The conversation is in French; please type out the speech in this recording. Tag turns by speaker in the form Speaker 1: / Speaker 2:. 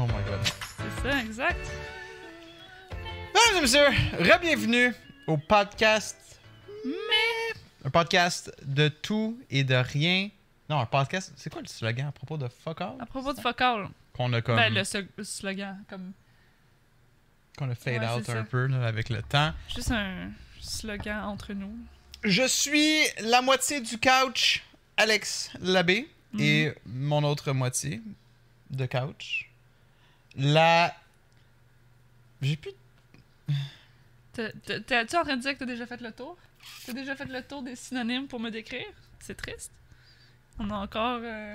Speaker 1: Oh
Speaker 2: ça, exact.
Speaker 1: Mesdames et messieurs, re-bienvenue au podcast. Un podcast de tout et de rien. Non, un podcast. C'est quoi le slogan à propos de fuck all
Speaker 2: À propos de focal,
Speaker 1: Qu'on a comme.
Speaker 2: Ah. ben, le so- le slogan, comme
Speaker 1: Qu'on a fade
Speaker 2: Ouais,
Speaker 1: out
Speaker 2: c'est
Speaker 1: un
Speaker 2: ça.
Speaker 1: peu là, avec le temps.
Speaker 2: juste un slogan entre nous.
Speaker 1: Je suis la moitié du couch, Alex Labbé,
Speaker 2: Mhm.
Speaker 1: et mon autre moitié de couch, la. J'ai plus.
Speaker 2: T'es- t'es- T'es-tu en train de dire que t'as déjà fait le tour? T'as déjà fait le tour des synonymes pour me décrire? C'est triste. On a encore... euh,